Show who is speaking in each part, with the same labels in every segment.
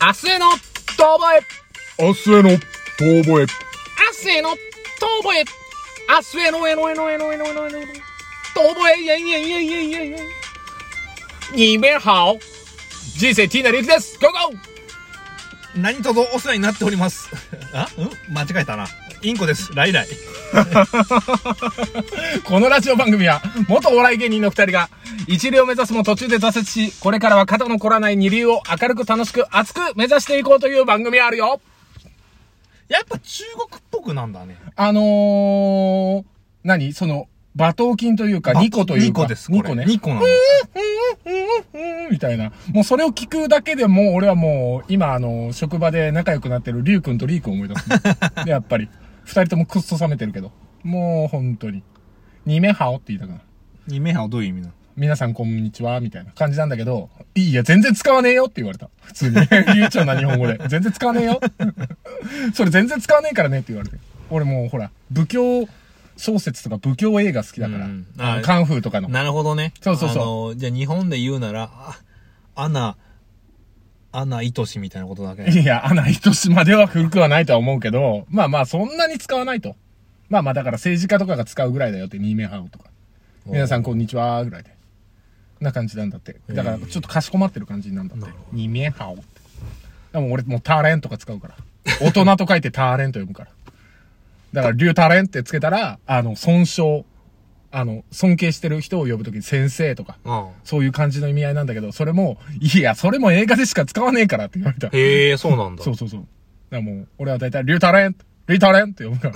Speaker 1: 明日への遠吠え
Speaker 2: 明日への遠吠え。
Speaker 1: 明日への遠吠え明日へのえのえのえのえのえのえのえの遠吠えいやいやいやいやいやいや你们好人生 T なりゆきです GO GO
Speaker 3: 何卒お世話になっております。あうん間違えたな。インコです。ライライ。
Speaker 1: このラジオ番組は元お笑い芸人の二人が一流を目指すも途中で挫折しこれからは肩の凝らない二流を明るく楽しく熱く目指していこうという番組あるよ
Speaker 3: やっぱ中国っぽくなんだね。
Speaker 1: あのー、何その、馬頭筋というか、2個というか。
Speaker 3: 2個です、これ。
Speaker 1: 2個ね。
Speaker 3: 2個なんです。
Speaker 1: うんうんうんみたいな。もうそれを聞くだけでもう、俺はもう、今、あの、職場で仲良くなってるリュウ君とリー君を思い出 すね、で、やっぱり。二人ともくっそ冷めてるけど。もう、本当に。二目羽織って言いたくなる。
Speaker 3: 二名はどういう意味なの
Speaker 1: 皆さんこんにちは、みたいな感じなんだけど、いいや、全然使わねえよって言われた。普通に。 流暢な日本語で。全然使わねえよ。 それ全然使わねえからねって言われて。俺もうほら、武教小説とか武教映画好きだから。
Speaker 3: うん
Speaker 1: あ
Speaker 3: あ
Speaker 1: のカンフーとかの。
Speaker 3: なるほどね。
Speaker 1: そうそうそう
Speaker 3: う。じゃあ日本で言うなら、あアナ、アナ愛しみたいなこと だけね。
Speaker 1: いや、アナ糸島では古くはないとは思うけど、まあまあそんなに使わないと。まあまあだから政治家とかが使うぐらいだよって、二名半音とか。皆さんこんにちは、ぐらいで。な感じなんだって。だからちょっとかしこまってる感じになんだって
Speaker 3: なるほ。
Speaker 1: 二面半音って。でも俺もうターレンとか使うから。大人と書いてターレンと読むから。だから、竜ターレンってつけたら、あの、尊称。あの、尊敬してる人を呼ぶときに先生とか。
Speaker 3: うん。
Speaker 1: そういう感じの意味合いなんだけど、それも、いや、それも映画でしか使わねえからって言われた。
Speaker 3: へえ、そうなんだ。
Speaker 1: そうそうそう。だからもう、俺は大体、リュウタレンリュウタレンって呼ぶか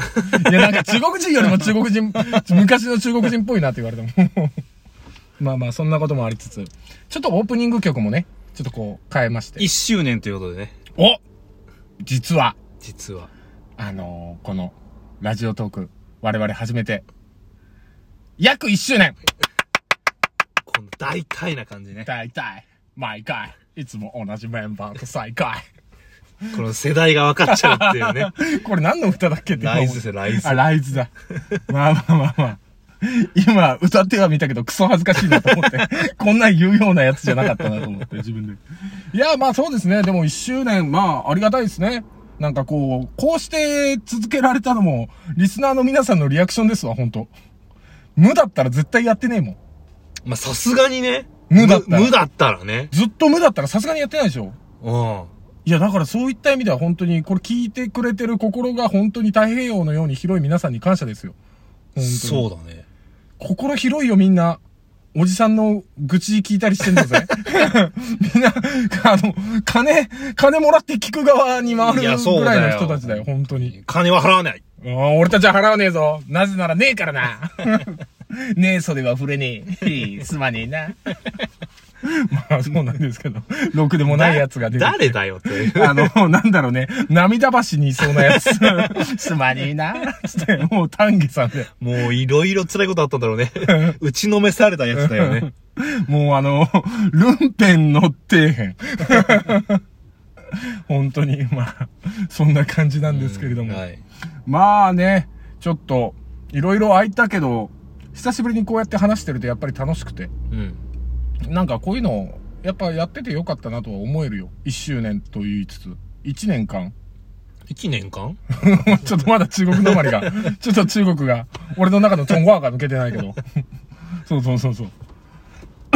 Speaker 1: ら。いや、なんか中国人よりも中国人、昔の中国人っぽいなって言われたもん。まあまあ、そんなこともありつつ、ちょっとオープニング曲もね、ちょっとこう、変えまして。
Speaker 3: 1周年ということでね、
Speaker 1: お実は、
Speaker 3: 実は。
Speaker 1: あのーこの、ラジオトーク、我々初めて、約1周年
Speaker 3: この大体な感じね。
Speaker 1: 大体、毎回、いつも同じメンバーと再会。
Speaker 3: この世代が分かっちゃうっていうね。
Speaker 1: これ何の歌だっけって今思う
Speaker 3: ライズですよライズ
Speaker 1: あ、ライズだ。まあまあまあまあ。今、歌っては見たけど、クソ恥ずかしいなと思 って、こんなん言うようなやつじゃなかったなと思って、自分で。いや、まあそうですね。でも1周年、まあ、ありがたいですね。なんかこう、こうして続けられたのも、リスナーの皆さんのリアクションですわ、本当無だったら絶対やってねえもん。
Speaker 3: まあ、さすがにね。
Speaker 1: 無だったら
Speaker 3: 無無だったらね。
Speaker 1: ずっと無だったらさすがにやってないでしょ。
Speaker 3: うん。
Speaker 1: いや、だからそういった意味では本当に、これ聞いてくれてる心が本当に太平洋のように広い皆さんに感謝ですよ。本当に
Speaker 3: そうだね。
Speaker 1: 心広いよみんな。おじさんの愚痴聞いたりしてんだ ぜ。みんな、あの、金、金もらって聞く側に回る
Speaker 3: いやそう
Speaker 1: ぐ
Speaker 3: だよ
Speaker 1: らいの人たちだよ、本当に。
Speaker 3: 金は払わない。
Speaker 1: あー俺たちは払わねえぞ。なぜならねえからな。 ねえ袖は触れね えへえ。すまねえな。まあ、そうなんですけど。ろくでもないやつが出てきて
Speaker 3: 誰だよっていう。
Speaker 1: あの、なんだろうね、涙橋にいそうなや つ。すまねえな。つって、もう丹下さんで。
Speaker 3: もういろいろ辛いことあったんだ ろうね。打ちのめされたやつだよね。
Speaker 1: もうあの、ルンペンの底辺。 本当に、まあ、そんな感じなん ですけれども。
Speaker 3: はい。
Speaker 1: まあね、ちょっと、いろいろ空いたけど、久しぶりにこうやって話してるとやっぱり楽しくて。
Speaker 3: うん。
Speaker 1: なんかこういうの、やっぱやっててよかったなとは思えるよ。1周年と言いつつ。1年間。
Speaker 3: 1年間
Speaker 1: ちょっとまだ中国なまりが、ちょっと中国が、俺の中のチョンゴアが抜けてないけど。 そうそうそうそう。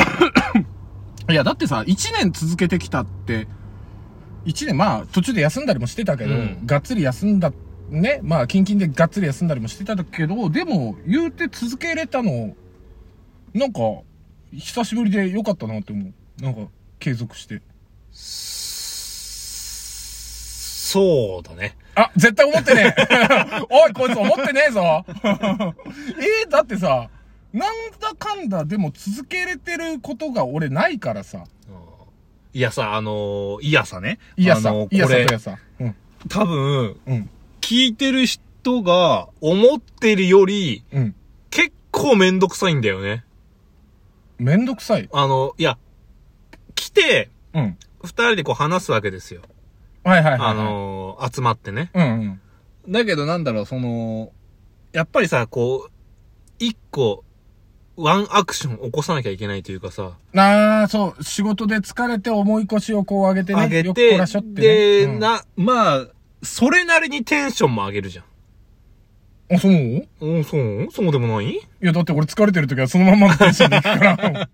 Speaker 1: いや、だってさ、1年続けてきたって、1年、まあ、途中で休んだりもしてたけど、
Speaker 3: うん
Speaker 1: がっつり休んだ、ね、まあ、キンキンでがっつり休んだりもしてたけど、でも、言うて続けれたの、なんか、久しぶりで良かったなって思う。なんか、継続して。
Speaker 3: そうだね。
Speaker 1: あ、絶対思ってねえ。 おい、こいつ思ってねえぞ。 えー、だってさ、なんだかんだでも続けれてることが俺ないからさ。
Speaker 3: いやさ、あのー、いやさね。
Speaker 1: いやさ、
Speaker 3: あのー
Speaker 1: いや
Speaker 3: こ
Speaker 1: さ
Speaker 3: れ
Speaker 1: とや、さ。うん。
Speaker 3: 多分、
Speaker 1: うん。
Speaker 3: 聞いてる人が思ってるより、
Speaker 1: うん。
Speaker 3: 結構めんどくさいんだよね。
Speaker 1: めんどくさい。
Speaker 3: あの、いや、来て、
Speaker 1: うん。
Speaker 3: 二人でこう話すわけですよ。
Speaker 1: はいはいはい、はい。
Speaker 3: あ、のー、集まってね。
Speaker 1: うんうん。
Speaker 3: だけどなんだろう、その、やっぱりさ、こう、一個、ワンアクション起こさなきゃいけないというかさ、
Speaker 1: なあ、そう、仕事で疲れて重い腰をこう上げてね、
Speaker 3: 上げ
Speaker 1: よく
Speaker 3: て、
Speaker 1: こらしょって、ね。
Speaker 3: で、
Speaker 1: うん、
Speaker 3: な、まあ、それなりにテンションも上げるじゃん。
Speaker 1: あ、そうい
Speaker 3: うん、そうそうでもない
Speaker 1: や、だって俺疲れてる時はそのままのテンションで行く から、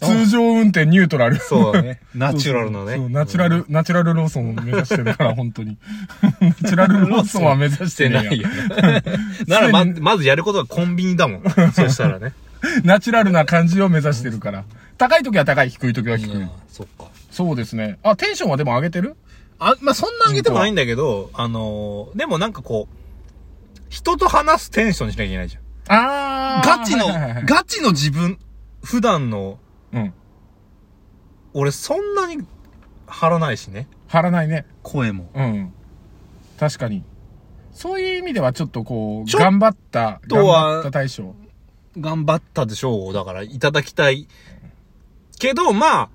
Speaker 1: 通常運転ニュートラル。
Speaker 3: そうだね。ナチュラルなね。
Speaker 1: そう、ナチュラル、ナチュラルローソンを目指してるから、本当 に。ナチュラルローソンは目指し
Speaker 3: して
Speaker 1: てな
Speaker 3: ないい
Speaker 1: よ。
Speaker 3: よ。 ならま、まずやることはコンビニだもん。そしたらね。
Speaker 1: ナチュラルな感じを目指してるから。高い時は高い、低い時は低い。
Speaker 3: うんそっか。
Speaker 1: そうですね。あ、テンションはでも上げてる
Speaker 3: あ、まあ、そんな上げてもないんだけど、あのーでもなんかこう、人と話すテンションにしなきゃいけないじゃん。
Speaker 1: あー。
Speaker 3: ガチの
Speaker 1: はいはいはいは、い
Speaker 3: ガチの自分、普段の、
Speaker 1: うん。
Speaker 3: 俺そんなに張らないしね。
Speaker 1: 張らないね。
Speaker 3: 声も。
Speaker 1: うん。確かに。そういう意味ではちょっとこう、
Speaker 3: ちょっとは
Speaker 1: 頑張った、頑張った大将。
Speaker 3: 頑張ったでしょう。だから、いただきたい。けど、まあ、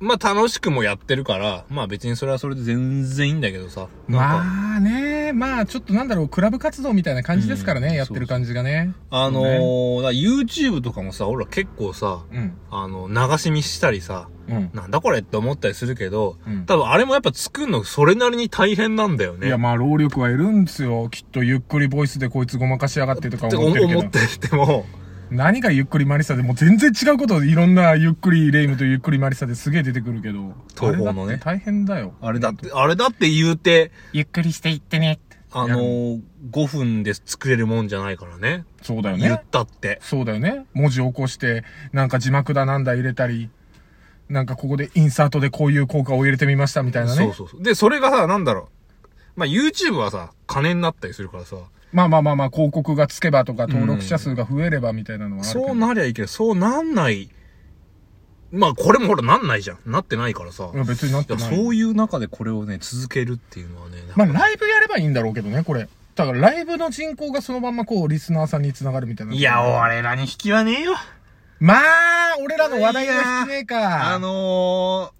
Speaker 3: まあ楽しくもやってるから、まあ別にそれはそれで全然いいんだけどさ。なんか、
Speaker 1: まあね、まあちょっとなんだろう、クラブ活動みたいな感じですからね、
Speaker 3: うん
Speaker 1: やってる感じがね。
Speaker 3: あ
Speaker 1: そ
Speaker 3: の
Speaker 1: うね
Speaker 3: ーだから YouTube とかもさ、俺ら結構さ、
Speaker 1: うん。
Speaker 3: あの、流し見したりさ、
Speaker 1: うん。
Speaker 3: なんだこれって思ったりするけど、
Speaker 1: うん
Speaker 3: 多分あれもやっぱ作るのそれなりに大変なんだよ
Speaker 1: い
Speaker 3: ね。
Speaker 1: や、まあ、労力はいるんですよ。きっと、ゆっくりボイスでこいつごまかしやがってとか
Speaker 3: って
Speaker 1: 思ってるけ
Speaker 3: 思
Speaker 1: ど
Speaker 3: っ。てても、
Speaker 1: 何がゆっくりマリサで、もう全然違うこと、いろんなゆっくりレイムとゆっくりマリサですげえ出てくるけど。
Speaker 3: 東宝のね
Speaker 1: あれだって大変だよ。
Speaker 3: あれだって、あれだって言うて、
Speaker 1: ゆっくりしていってね。
Speaker 3: あのー、5分で作れるもんじゃないからね。
Speaker 1: そうだよ
Speaker 3: 言
Speaker 1: ね
Speaker 3: っ。たって。
Speaker 1: そうだよね。文字起こして、なんか字幕だなんだ入れたり、なんかここでインサートでこういう効果を入れてみましたみたいなね。
Speaker 3: そうそうそう。で、それがさ、なんだろう。まあ、YouTube はさ、金になったりするからさ、
Speaker 1: まあまあまあまあ、広告がつけばとか、登録者数が増えればみたいなのはあるけど。
Speaker 3: そうなりゃいいけど、そうなんない。まあ、これもほら、なんないじゃん。なってないからさ。
Speaker 1: いや別になっ
Speaker 3: い
Speaker 1: て
Speaker 3: や
Speaker 1: ない。
Speaker 3: そういう中でこれをね、続けるっていうのはね、
Speaker 1: まあ、ライブやればいいんだろうけどね、これ。だから、ライブの人口がそのまんまこう、リスナーさんに繋がるみたいな。
Speaker 3: いや、。俺らに引きはねえよ。
Speaker 1: まあ、俺らの話題が少ねえか。
Speaker 3: あのー、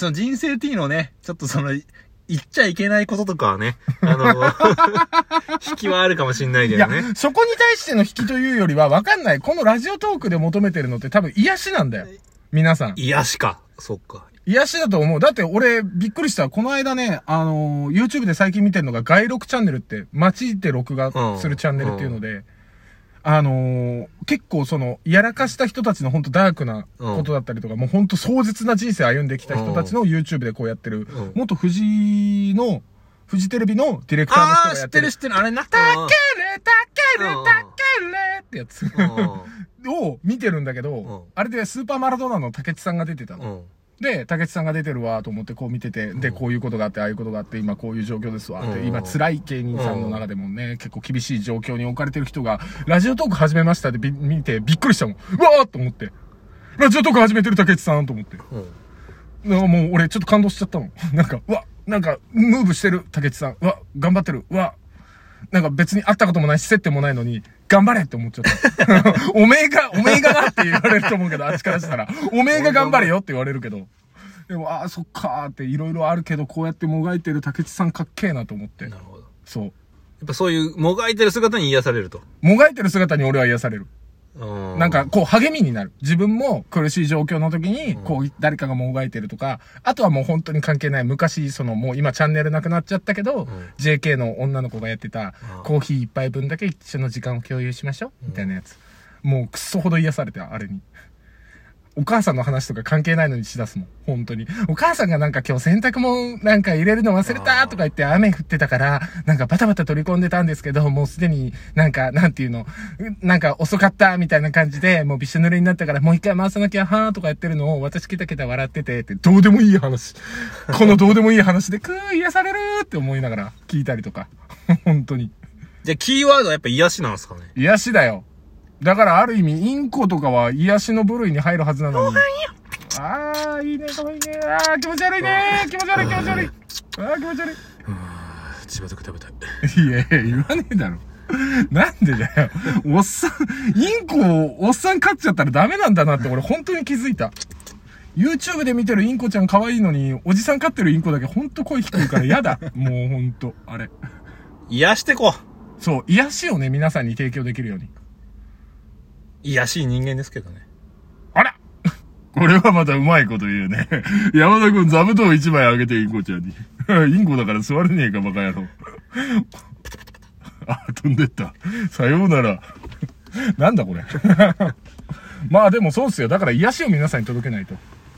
Speaker 3: その人生 T のね、ちょっとその、い言っちゃいけないこととかはね、あの ー引きはあるかもしんないけ
Speaker 1: い
Speaker 3: ど
Speaker 1: や
Speaker 3: ね。、
Speaker 1: そこに対しての引きというよりは、わかんない。このラジオトークで求めてるのって多分癒しなんだよ。皆さん。
Speaker 3: 癒しか。そっか。
Speaker 1: 癒しだと思う。だって俺、びっくりした。この間ね、あのー YouTube で最近見てるのが、外録チャンネルって、街で録画するチャンネルっていうので、あのー結構その、やらかした人たちのほんとダークなことだったりとか、もうほんと壮絶な人生歩んできた人たちの YouTube でこうやってる、
Speaker 3: うん
Speaker 1: 元富士の、富士テレビのディレクターの人がやってる。
Speaker 3: 知ってる、あれな。た
Speaker 1: たけれたけれ
Speaker 3: うん
Speaker 1: たけれってやつを見てるんだけど、
Speaker 3: ん
Speaker 1: あれでスーパーマラドーナの竹内さんが出てたの。で、竹内さんが出てるわと思ってこう見てて、で、こういうことがあって、ああいうことがあって、今こういう状況ですわって、
Speaker 3: うん
Speaker 1: 今辛い芸人さんの中でもね、結構厳しい状況に置かれてる人が、ラジオトーク始めましたってび見てびっくりしたもん。うわーっと思って。ラジオトーク始めてる竹内さんと思って。
Speaker 3: うん。
Speaker 1: なんかもう俺ちょっと感動しちゃったもん。 なんか、うわ、なんか、ムーブしてる竹内さん。うわ、頑張ってる。うわ、なんか別に会ったこともないし、接点もないのに、頑張れって思っちゃった。 おめえが、おめえがなって言われると思うけど、あっちからしたら。おめえが頑張れよって言われるけど。でも、ああ、そっかーっていろいろあるけど、こうやってもがいてる竹内さんかっけえなと思って
Speaker 3: な。るほど。や
Speaker 1: そう。
Speaker 3: っぱそういう、もがいてる姿に癒されると。
Speaker 1: もがいてる姿に俺は癒される。
Speaker 3: うん
Speaker 1: なんか、こう励みになる。自分も苦しい状況の時に、こう誰かがもがいてるとか、あとはもう本当に関係ない昔、そのもう今チャンネルなくなっちゃったけど、JK の女の子がやってた
Speaker 3: うん、
Speaker 1: コーヒー一杯分だけ一緒の時間を共有しましょう、みたいなやつ。もうくっそほど癒された、あれに。お母さんの話とか関係ないのにしだすもん。本当に。お母さんがなんか今日洗濯物なんか入れるの忘れたとか言って雨降ってたから、なんかバタバタ取り込んでたんですけど、もうすでになんか、なんていうの、うなんか遅かったみたいな感じで、もうびしょ濡れになったからもう一回回さなきゃはーとかやってるのを私ケタケタ笑っててって、どうでもいい 話。このどうでもいい話で、くー癒されるーって思いながら聞いたりとか。本当に。
Speaker 3: じゃあキーワードはやっぱ癒しなんですかね。
Speaker 1: 癒しだよ。だからある意味、インコとかは癒しの部類に入るはずなのに。ああ、いいね、かわいいね。ああ、気持ち悪いね。気持ち悪い、気持ち悪い。ああ、気持ち悪い。
Speaker 3: 千葉とく食べたい。
Speaker 1: いやいや、言わねえだろ。なんでだよ。おっさん、インコをおっさん飼っちゃったらダメなんだなって俺本当に気づいた。YouTube で見てるインコちゃん可愛いのに、おじさん飼ってるインコだけほんと声低いから嫌だ。もうほんと、あれ。
Speaker 3: 癒してこう。
Speaker 1: そう、癒しをね、皆さんに提供できるように。
Speaker 3: いやしい人間ですけどね。
Speaker 1: あらこれはまたうまいこと言うね。 山田くん座布団一枚あげて、インコちゃんに。 インコだから座れねえか、バカ野郎。 あ、飛んでった。さようなら。 なんだこれ。 まあでもそうっすよ。だから癒しを皆さんに届けないと。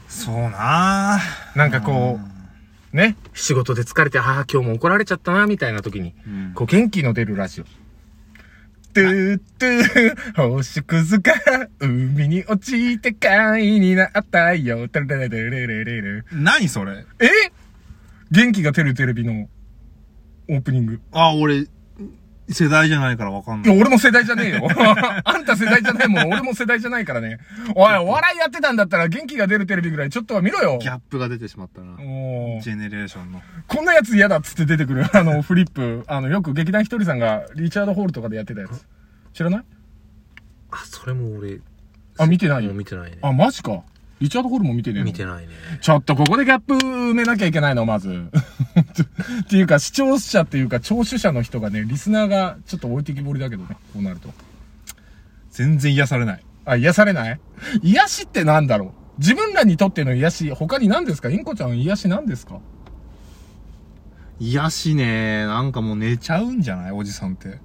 Speaker 4: そうなあ
Speaker 1: なんかこう、ね、仕事で疲れて、ああ、今日も怒られちゃったな、みたいな時に、こう元気の出るラジオ。トゥートゥー、星屑が海に落ちて貝になったよ。タララララララララ
Speaker 4: 何それ
Speaker 1: え元気が出るテレビのオープニング。
Speaker 4: あ、俺、世代じゃないからわかん
Speaker 1: い
Speaker 4: な
Speaker 1: や
Speaker 4: い。
Speaker 1: 俺も世代じゃねえ よ。あんた世代じゃないもん。俺も世代じゃないからね。おい、お笑いやってたんだったら元気が出るテレビぐらいちょっとは見ろよ
Speaker 3: ギ。ャップが出てしまったな。
Speaker 1: もう
Speaker 4: ジェネレーションの。
Speaker 1: こんなやつ嫌だっつって出てくる、 あの、フリップ。あの、よく劇団ひとりさんが、リチャード・ホールとかでやってたやつ。知らない
Speaker 3: あ、それも俺、
Speaker 1: あ、見てない
Speaker 3: も
Speaker 1: よ
Speaker 3: う。見てないね。
Speaker 1: あ、マジか。リチャード・ホールも見てねえの
Speaker 3: 見てないね。
Speaker 1: ちょっとここでギャップ埋めなきゃいけないの、まず。 っていうか、視聴者っていうか、聴取者の人がね、リスナーがちょっと置いてきぼりだけどね、こうなると。
Speaker 4: 全然癒されない。
Speaker 1: あ、癒されない癒しってなんだろう自分らにとっての癒し、他に何ですかインコちゃん癒し何ですか
Speaker 4: 癒しねなんかもう寝ちゃうんじゃないおじさんって。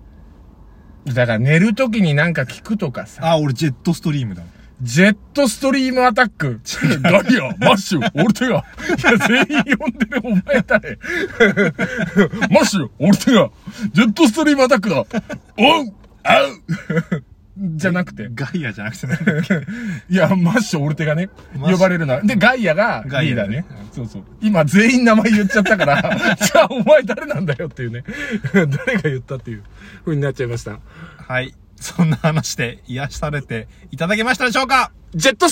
Speaker 1: だから寝るときになんか聞くとかさ。
Speaker 4: あ、俺ジェットストリームだ。
Speaker 1: ジェットストリームアタック。ガリア、マッシュ、オルテガ。いや、全員呼んでる、お前誰。マッシュ、オルテガ。ジェットストリームアタックだ。おう、あう。じゃなくて。
Speaker 4: ガイアじゃなくてね。
Speaker 1: いや、マッシュ、オルテガね。
Speaker 4: マッシュ
Speaker 1: 呼ばれるな。で、ガイアが
Speaker 4: ガ
Speaker 1: リー
Speaker 4: イ
Speaker 1: ダ
Speaker 4: ア
Speaker 1: ー
Speaker 4: ね
Speaker 1: ね。そうそう。今、全員名前言っちゃっ たから、じゃあ、お前誰なんだよっていうね。誰が言ったっていう風になっちゃいました。
Speaker 4: はい。そんな話で癒されていただけましたでしょうか
Speaker 1: ジェットスト